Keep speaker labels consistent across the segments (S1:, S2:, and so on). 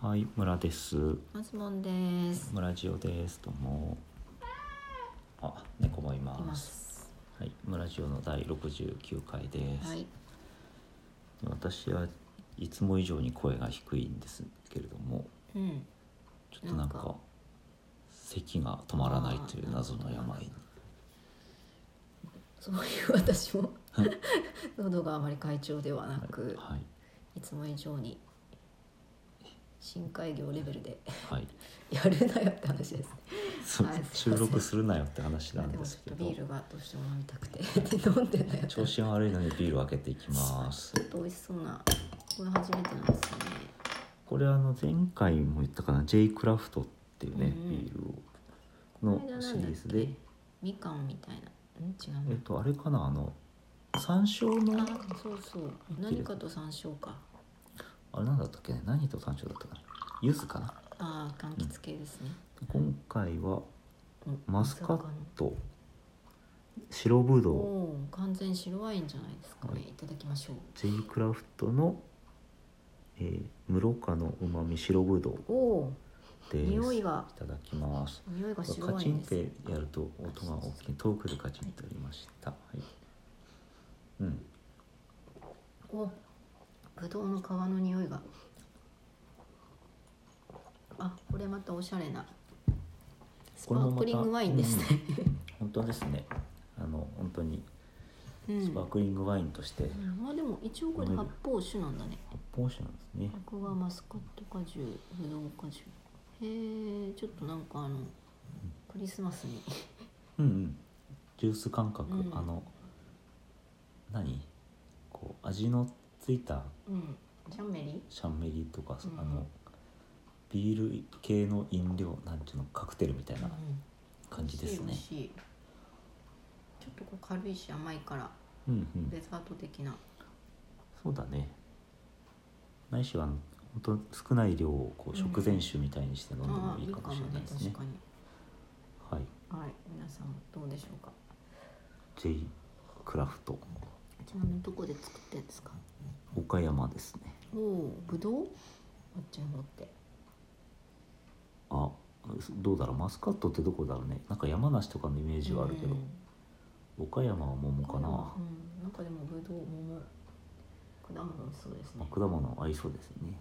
S1: はい、村です。
S2: マスモンです。
S1: 村ジオです。どうも。あ、猫もいま
S2: い
S1: す。
S2: ます。
S1: はい、村ジオの第69回です、
S2: はい。
S1: 私はいつも以上に声が低いんですけれども、
S2: うん。
S1: ちょっとなん
S2: なん
S1: か
S2: か
S1: 咳が止まらないという謎の病に。
S2: そういう私も 喉があまり快調ではなく、
S1: はい、
S2: いつも以上に深海魚レベルで
S1: はい、
S2: やるなよって話です。
S1: そう
S2: はいすい
S1: 収
S2: ません
S1: 録するなよって話
S2: い
S1: な
S2: や
S1: ん
S2: で
S1: で
S2: も
S1: す
S2: ち
S1: け
S2: ょっとビ
S1: ど
S2: ー。ルがどうしても飲みたくて 飲んでんだよ。ちょ
S1: 調子が悪いのでビールを開けていきます。
S2: っと美味しそうな。これ初めてなんですよね。
S1: これあの前回も言ったかな J クラフトっていうね、
S2: うん
S1: ビールを
S2: こ
S1: の
S2: れ
S1: シリーズで
S2: みかんみたいな。うん違う
S1: えっ
S2: な。
S1: とあれかなあの山椒の
S2: あそうそう。何かと山椒か。
S1: あれなんだったっけね何と山椒だったかな柚子かな
S2: ああ柑橘系ですね。
S1: 今回は
S2: うん
S1: マスカッ
S2: まさかの
S1: ト白ぶどう
S2: おー完全白ワインじゃないですかね、
S1: はい
S2: い、ただきましょう
S1: J クラフトの、えー、室賀のうまみ白ぶどう
S2: おお
S1: です
S2: 匂いが
S1: いただきます
S2: 匂いが白
S1: カ
S2: ワイ
S1: チン
S2: ン
S1: っ
S2: です
S1: てやると音が大きい遠くでカチンとやりましたはい、うん
S2: おぶどうの皮の匂いがあこれまたおしゃれなスパークリングワインですね、
S1: 本当ですねあの本当に
S2: うん
S1: スパークリングワインとして
S2: うんまあでも一応これ発泡酒なんだね
S1: 発泡酒なんですね、
S2: ここはマスカット果汁ぶどう果汁へえちょっとなんかあのクリスマスに
S1: うんうんジュース感覚、
S2: うん
S1: あの何こう味のついた
S2: うんジャンメリー
S1: シャンメリーとか、
S2: うん
S1: あのビール系の飲料なんていうのカクテルみたいな
S2: うん
S1: 感じです
S2: 美
S1: ね
S2: 味、しいちょっとこう軽いし甘いから
S1: うんうん
S2: デザート的な
S1: そうだねないしは本当少ない量をこう食前酒みたいにして飲んでも
S2: ああ
S1: いいかもしれないです
S2: いい
S1: ね
S2: か、もね
S1: はい
S2: 確かにはい皆さんどうでしょうか
S1: J クラフト
S2: ちなみにどこで作ってんですか
S1: 岡山ですね
S2: おおぶどう抹茶芋って
S1: あどうだろうマスカットってどこだろうねなんか山梨とかのイメージはあるけど、
S2: うん
S1: 岡山は桃かな、
S2: うん、なんかでもぶどう桃果物もそうです
S1: ま
S2: ね
S1: あ、果物合いそうですね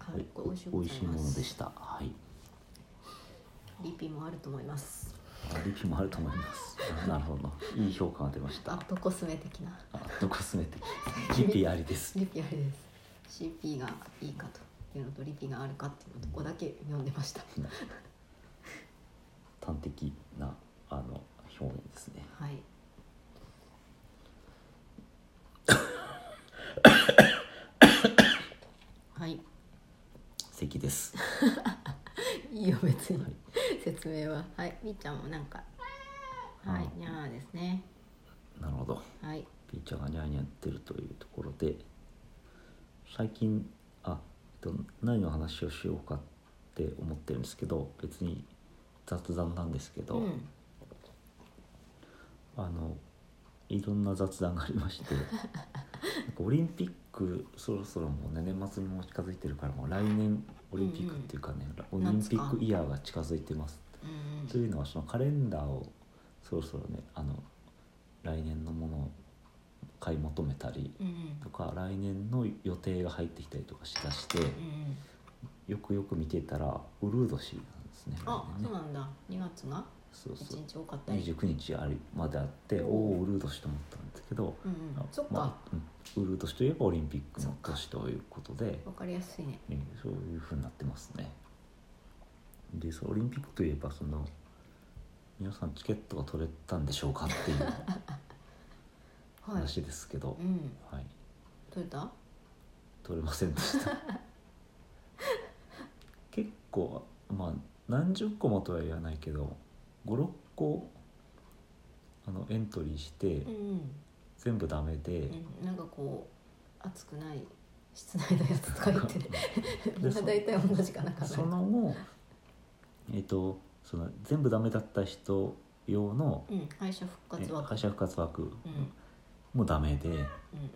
S2: はい、これ美味しゅう
S1: 美
S2: ご
S1: 味
S2: ざい
S1: しい
S2: ま
S1: もの
S2: す
S1: でしたはい
S2: リピもあると思います
S1: あリピもあると思います あなるほどいい評価が出まし
S2: ア
S1: た
S2: ットコスメ的な
S1: あとコスメティ ックリピありです
S2: リピあれです。CP がいいかというのとリピがあるかっていうのとこだけ読んでました。
S1: 端的なあの表現ですね
S2: はい。はい。
S1: 咳です
S2: いいよ別に、
S1: はい
S2: 説明は。はい。みーちゃんもなんか。はい。
S1: あ
S2: にゃーですね。
S1: なるほど
S2: はい。
S1: ピーちゃんがニャーニャーやってるというところで最近あ、えっと、何の話をしようかって思ってるんですけど別に雑談なんですけど、
S2: うん。
S1: あのいろんな雑談がありまして なんかオリンピックそろそろもうね年末にも近づいてるからもう来年オリンピックっていうかね、
S2: うん
S1: オリンピックイヤーが近づいてます。
S2: うん
S1: というのはそのカレンダーをそろそろねあの来年のものを買い求めたり
S2: うん。うん
S1: とか来年の予定が入ってきたりとかしだして
S2: うん。
S1: よくよく見てたらウルード氏なんですね
S2: あ、
S1: 来年
S2: そう
S1: ね
S2: なんだ。2月が
S1: そう
S2: 一
S1: そう
S2: 日多かったり。
S1: 29日ありまであっておおーウルード氏と思ったんですけど、
S2: うんうん
S1: あ。
S2: そっか。わ、
S1: まあうん、ウルード氏といえばオリンピックの年ということで
S2: かりやすいね。
S1: ねそういうふうになってますねでそのオリンピックといえばその皆さんチケットが取れたんでしょうかっていう
S2: はい。
S1: 話ですけど
S2: う、ん。
S1: はい、
S2: 取れた？
S1: 取れませんで した結構まあ何十個もとは言わないけど56個あのエントリーして
S2: うんうん。
S1: 全部ダメで、
S2: うんなんかこう暑くない室内のやつ使ってねみんな大体同じかなか
S1: その後えっ、とその全部ダメだった人用の
S2: うん敗者復活
S1: え
S2: 枠
S1: 会社復活枠
S2: うん
S1: もダメで、
S2: うん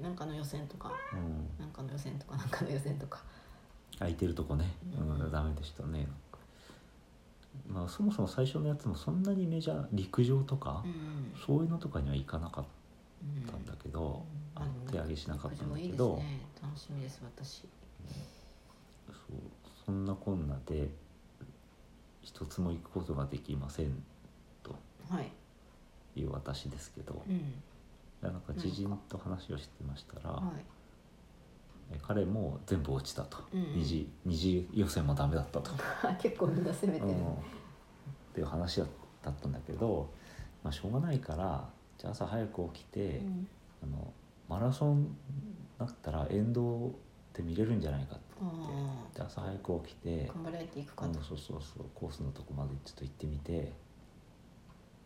S2: なんかの予選とか
S1: うん
S2: なんかの予選とかなんかの予選とか
S1: 空いてるとこね、うん
S2: うん
S1: ダメでしたねなんかまあそもそも最初のやつもそんなにメジャー陸上とか、
S2: うん
S1: そういうのとかには行かなかったんだけど、
S2: うん
S1: あ
S2: うん
S1: 手上げしなかったんだけ
S2: いいです
S1: ど
S2: ね楽しみです私
S1: そうそんなこんなで一つも行くことができませんと
S2: はい
S1: いう私ですけど、
S2: うん
S1: なんか知人と話をしてましたら、
S2: はい
S1: え彼も全部落ちたと、
S2: うんうん
S1: 二次二次予選もダメだったと、
S2: 結構みんな攻めて
S1: う
S2: る、
S1: んっていう話だったんだけど、まあ、しょうがないからじゃあ朝早く起きて、
S2: うん
S1: あのマラソンだったら沿道で見れるんじゃないかって
S2: あ
S1: で朝早く起きて
S2: あ頑張られていくか
S1: 今
S2: と
S1: 度、そうそうそうコースのとこまでちょっと行ってみて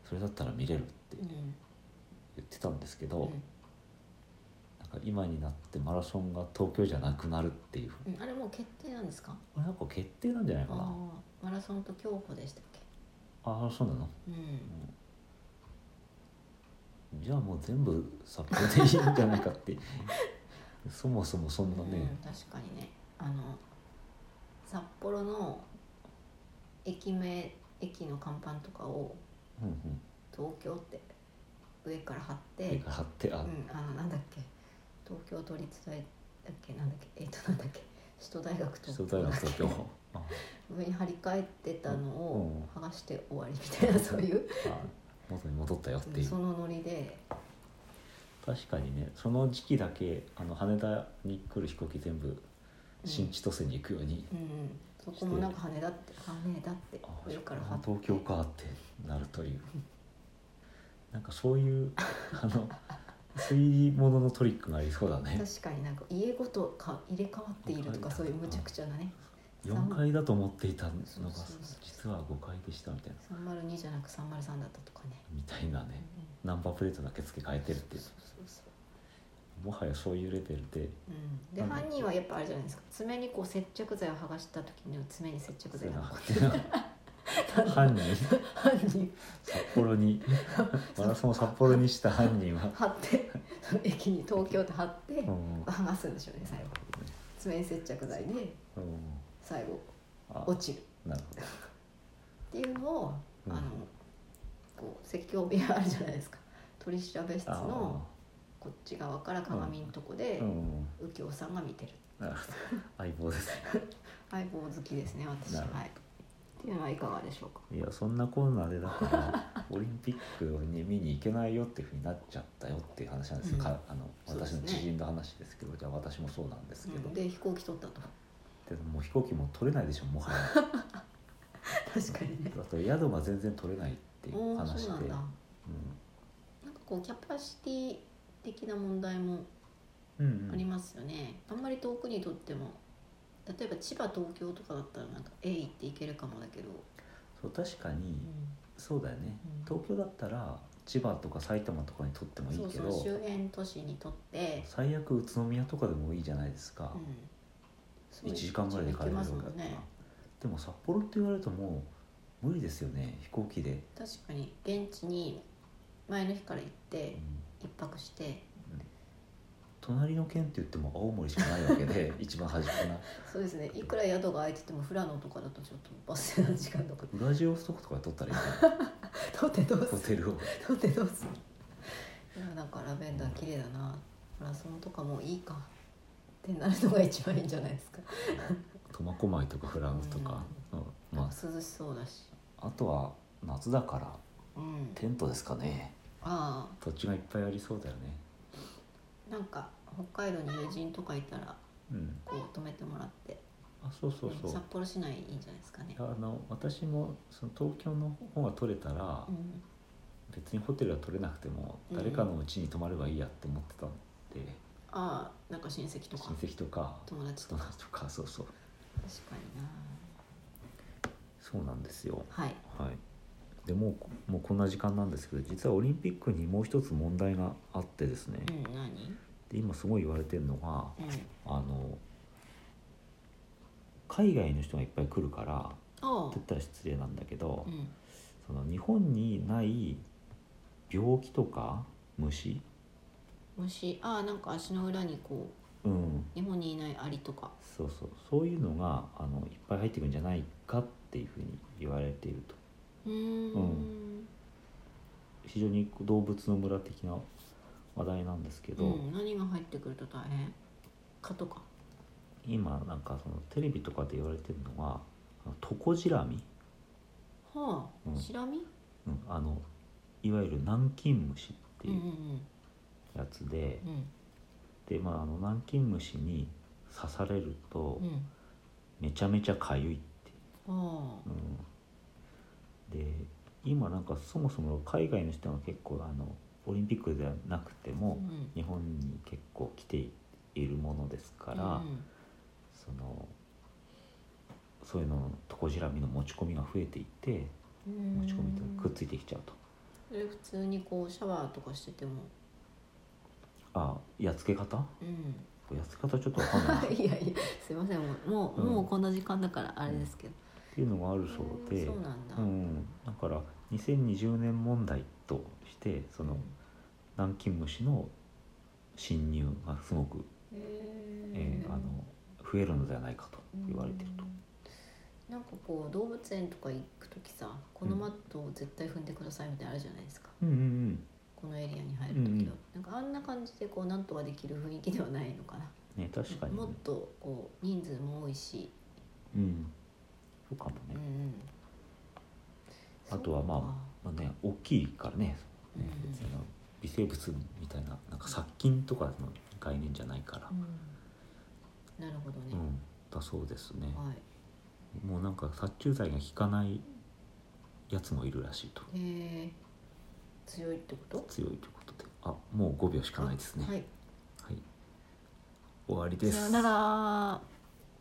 S1: それだったら見れるって
S2: うん
S1: 言ってたんですけど、
S2: うん
S1: なんか今になってマラソンが東京じゃなくなるっていう
S2: うんあれもう決定なんですか
S1: これなんか決定なんじゃないかな
S2: ああマラソンと競歩でしたっけ
S1: ああそうなの
S2: うん
S1: じゃあもう全部札幌でいいんじゃないかって そもそもそんな
S2: う
S1: ね
S2: ん、確かにねあの札幌の駅名駅の看板とかを
S1: うんうん
S2: 東京って上から貼っ
S1: 上
S2: て
S1: から貼ってあ、
S2: うん、あのなんだっけ東京都立大だっけなんだっけえっとなんだっけ首都大学東
S1: 首
S2: 京
S1: 都大学東京あ
S2: 上に張り替えてたの
S1: うん
S2: を剥がして終わりみた いなそういう
S1: あ元に戻ったよっていう
S2: そのノリで
S1: 確かにねその時期だけあの羽田に来る飛行機全部新千歳に行くように、
S2: うんうんそこもなんか羽田って羽田って
S1: あ
S2: 上から貼
S1: あ
S2: って
S1: 東京かってなると いうなんかそういうあの推理もののトリックがありそうだね
S2: 確かになんか家ごとか入れ替わっているとかそういうむちゃくちゃなね
S1: 4階だと思っていたのが
S2: そうそうそう
S1: 実は5階でしたみたいな
S2: 302じゃなく303だったとかね
S1: みたいなねナンバープレートだけ付け替えてるっていう
S2: そうそうそう
S1: もはやそういうレベルで
S2: うん、で
S1: なんだ
S2: 犯人はやっぱあれじゃないですか爪にこう接着剤を剥がした時の爪に接着剤が残って
S1: そういうのがあって犯人
S2: 犯人
S1: 札幌にマラソンを札幌にした犯人は、
S2: 貼って その駅に東京って貼って
S1: うん
S2: 剥がすんでしょうね最後爪に接着剤で
S1: うん
S2: 最後
S1: あ
S2: 落ちる
S1: なるほど
S2: っていうのを、
S1: うん
S2: あのこう説教部屋あるじゃないですか取り調べ室のこっち側から鏡のとこ
S1: あ
S2: で
S1: ーうん
S2: 右京さんが見てる
S1: なるほど相棒です
S2: 相棒好きですね私
S1: なるほど
S2: はいっていうのはいかがでしょうか
S1: いやそんなコーナーでだからオリンピックに見に行けないよっていうふうになっちゃったよっていう話なんですよ、
S2: うん
S1: かあの
S2: そうで
S1: 私
S2: すね
S1: の知人の話ですけどじゃあ私もそうなんですけど、
S2: うん
S1: で
S2: で飛行機 取ったと
S1: もう飛行機も取れないでしょもはや
S2: 確かにね
S1: あと宿が全然取れないってい
S2: お
S1: う
S2: おー
S1: 話
S2: そう
S1: で
S2: なんだ
S1: う
S2: なんかこうキャパシティ的な問題も
S1: んうんう
S2: あり
S1: ん
S2: ますよね、あんまり遠くにとっても例えば千葉東京とかだったらなんか A 行って行けるかもだけど、
S1: そう確かに
S2: う
S1: そうだよね、
S2: うん
S1: 東京だったら千葉とか埼玉とかに取ってもいい
S2: そう
S1: け
S2: そ
S1: ど
S2: の周辺都市にとって、
S1: 最悪宇都宮とかでもいいじゃないですか、
S2: うん、すご
S1: 1時間ぐらいで帰れる
S2: 行け
S1: わ
S2: ま
S1: けだ
S2: すも
S1: から、
S2: んね
S1: でも札幌って言われるともう無理ですよね飛行機で、
S2: 確かに現地に前の日から行って
S1: うん
S2: 一泊して
S1: 隣の県って言っても青森しかないわけ で一番端っこな
S2: そうですねいくら宿が空いてても富良野とかだとちょっとバスの時間とか
S1: ウラジオストクとかで取ったらいい じ
S2: 取ってどう
S1: ゃんホ
S2: す
S1: テルを
S2: 取ってどうすいやなんかラベンダー綺麗だなマラソンとかもいいかってなるのが一番いいんじゃないですか
S1: 苫小牧とかフランスとか、うんま
S2: 涼しそうだし、
S1: あ、あとは夏だから
S2: うん、
S1: テントですかね
S2: あ
S1: 土地がいっぱいありそうだよね
S2: あなんか北海道に友人とかいたら
S1: うん
S2: こう泊めてもらって
S1: あそうそうそう、
S2: うん札幌市内いいんじゃないですかね
S1: あの私もその東京の方が取れたら、
S2: うん
S1: 別にホテルは取れなくても
S2: うん
S1: 誰かのうちに泊まればいいやって思ってたんで、
S2: ああなんか親戚とか
S1: 親戚とか
S2: 友達と
S1: 友
S2: か
S1: 達とかそうそう
S2: 確かにな
S1: そうなんですよ
S2: はい
S1: はいでもうもうこんな時間なんですけど実はオリンピックにもう一つ問題があってですね、
S2: うん何
S1: で今すごい言われてるのが
S2: うん
S1: あの海外の人がいっぱい来るから
S2: あ
S1: って言ったら失礼なんだけど
S2: あ、うん
S1: その日本にない病気とか虫
S2: 虫ああなんか足の裏にこう
S1: うん、
S2: 日本にいないアリとか
S1: そうそうそういうのがあのいっぱい入ってくるんじゃないかっていうふうに言われていると
S2: うー
S1: うん非常に動物の村的な話題なんですけど、
S2: うん、何が入ってくると大変蚊とか
S1: 今なんかそのテレビとかで言われてるのがあのトコジラミ、
S2: はあ、
S1: うん
S2: シラミ
S1: うん、あのいわゆる南京虫って
S2: うんう
S1: い
S2: ん
S1: うやつで、
S2: うん
S1: でまああの南京虫に刺されると
S2: うん
S1: めちゃめちゃ痒いって、
S2: はあ
S1: うん、で今なんかそもそも海外の人が結構あのオリンピックではなくても、
S2: うん
S1: 日本に結構来ているものですから、
S2: うん
S1: そのそういうののトコジラミの持ち込みが増えていて持ち込みとくっついてきちゃうと
S2: それ普通にこうシャワーとかしてても
S1: あやっつけ方や
S2: うん
S1: っつけ方ちょっとわかんないっ
S2: いやいやすいませんもうもう,、
S1: うん
S2: もうこんな時間だからあれですけど、
S1: ていうのがあるそう
S2: へえ
S1: で
S2: そうなんだ、
S1: うんだから2020年問題としてその南京虫の侵入がすごく、
S2: へえ
S1: えーあの増えるのではないかと言われてると。
S2: うんなんかこう動物園とか行く時さこのマットを絶対踏んでくださいみたいなのあるじゃないですか、
S1: うんうん
S2: このエリアに入る時は、
S1: う
S2: なんかあんな感じでこうなんとかできる雰囲気ではないのかな
S1: うんね確かに、ね
S2: もっとこう人数も多いし、
S1: うん、そうかもね
S2: うんうん、
S1: あとはまあまあね、大きいからね
S2: うん
S1: ね別にあの微生物みたいななんか殺菌とかの概念じゃないから
S2: あ、うん、なるほど
S1: う
S2: ね
S1: ん、だそうですね
S2: はい
S1: もうなんか殺虫剤が効かないやつもいるらしいと
S2: へえ強いってこと
S1: 強いということであもう5秒しかないですね
S2: あはい
S1: はい、終わりです
S2: さよなら